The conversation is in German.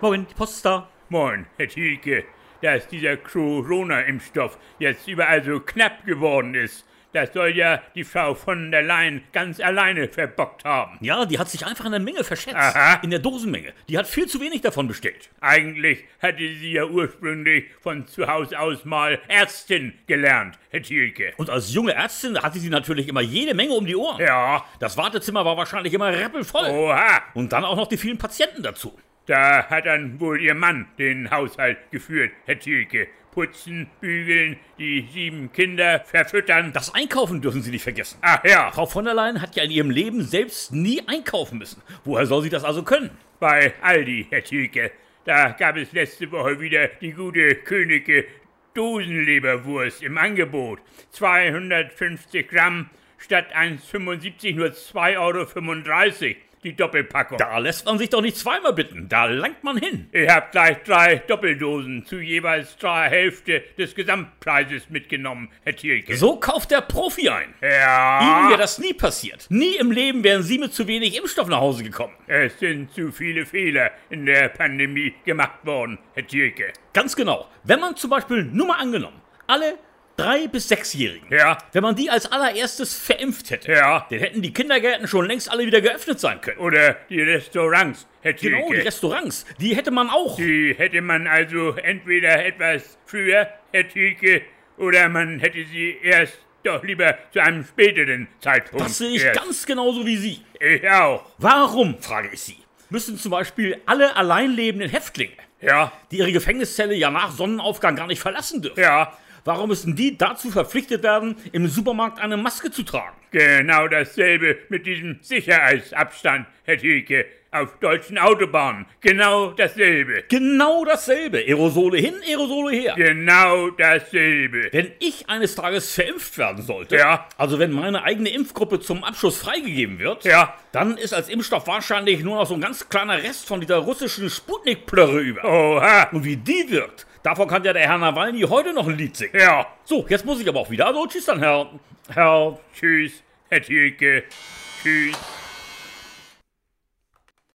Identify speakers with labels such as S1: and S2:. S1: Morgen, die Post ist da.
S2: Moin, Herr Thielke, dass dieser Corona-Impfstoff jetzt überall so knapp geworden ist. Das soll ja die Frau von der Leyen ganz alleine verbockt haben.
S1: Ja, die hat sich einfach in der Menge verschätzt.
S2: Aha.
S1: In der Dosenmenge. Die hat viel zu wenig davon bestellt.
S2: Eigentlich hatte sie ja ursprünglich von zu Hause aus mal Ärztin gelernt, Herr Thielke.
S1: Und als junge Ärztin hatte sie natürlich immer jede Menge um die Ohren.
S2: Ja,
S1: Das Wartezimmer war wahrscheinlich immer rappelvoll.
S2: oha,
S1: Und dann auch noch die vielen Patienten dazu.
S2: da hat dann wohl ihr Mann den Haushalt geführt, Herr Thielke. Putzen, bügeln, die sieben Kinder verfüttern.
S1: Das Einkaufen dürfen Sie nicht vergessen.
S2: Ach ja,
S1: Frau von der Leyen hat ja in ihrem Leben selbst nie einkaufen müssen. Woher soll sie das also können?
S2: bei Aldi, Herr Thielke. Da gab es letzte Woche wieder die gute Könige Dosenleberwurst im Angebot. 250 Gramm statt 1,75 nur 2,35 Euro die Doppelpackung.
S1: Da lässt man sich doch nicht zweimal bitten. Da langt man hin.
S2: Ich habe gleich drei Doppeldosen zu jeweils drei Hälfte des Gesamtpreises mitgenommen, Herr Thielke.
S1: So kauft der Profi ein. Ihnen wäre
S2: Ja,
S1: das nie passiert. Nie im Leben wären Sie mit zu wenig Impfstoff nach Hause gekommen.
S2: es sind zu viele Fehler in der Pandemie gemacht worden, Herr Thielke.
S1: Ganz genau. Wenn man zum Beispiel, nur mal angenommen, alle drei bis sechsjährigen,
S2: Ja,
S1: wenn man die als allererstes verimpft hätte,
S2: ja.
S1: dann hätten die Kindergärten schon längst alle wieder geöffnet sein können.
S2: Oder die Restaurants, Herr Thielke.
S1: Genau, die Restaurants, die hätte man auch.
S2: Die hätte man also entweder etwas früher, Herr Thielke, oder man hätte sie erst doch lieber zu einem späteren Zeitpunkt.
S1: Das sehe ich
S2: erst.
S1: ganz genauso wie Sie.
S2: Ich auch.
S1: Warum, frage ich Sie, müssen zum Beispiel alle alleinlebenden Häftlinge,
S2: Ja,
S1: die ihre Gefängniszelle ja nach Sonnenaufgang gar nicht verlassen dürfen,
S2: ja.
S1: warum müssen die dazu verpflichtet werden, im Supermarkt eine Maske zu tragen?
S2: Genau dasselbe mit diesem Sicherheitsabstand, Herr Thielke. Auf deutschen Autobahnen. Genau dasselbe.
S1: Genau dasselbe. Aerosole hin, Aerosole her.
S2: Genau dasselbe.
S1: Wenn ich eines Tages verimpft werden sollte,
S2: Ja.
S1: also wenn meine eigene Impfgruppe zum Abschluss freigegeben wird,
S2: Ja.
S1: dann ist als Impfstoff wahrscheinlich nur noch so ein ganz kleiner Rest von dieser russischen Sputnik-Plörre über.
S2: Oha.
S1: Und wie die wirkt, davon kann ja der Herr Nawalny heute noch ein Lied singen.
S2: Ja.
S1: So, jetzt muss ich aber auch wieder. Also tschüss dann, Herr... Herr...
S2: Tschüss, Herr Thielke. Tschüss.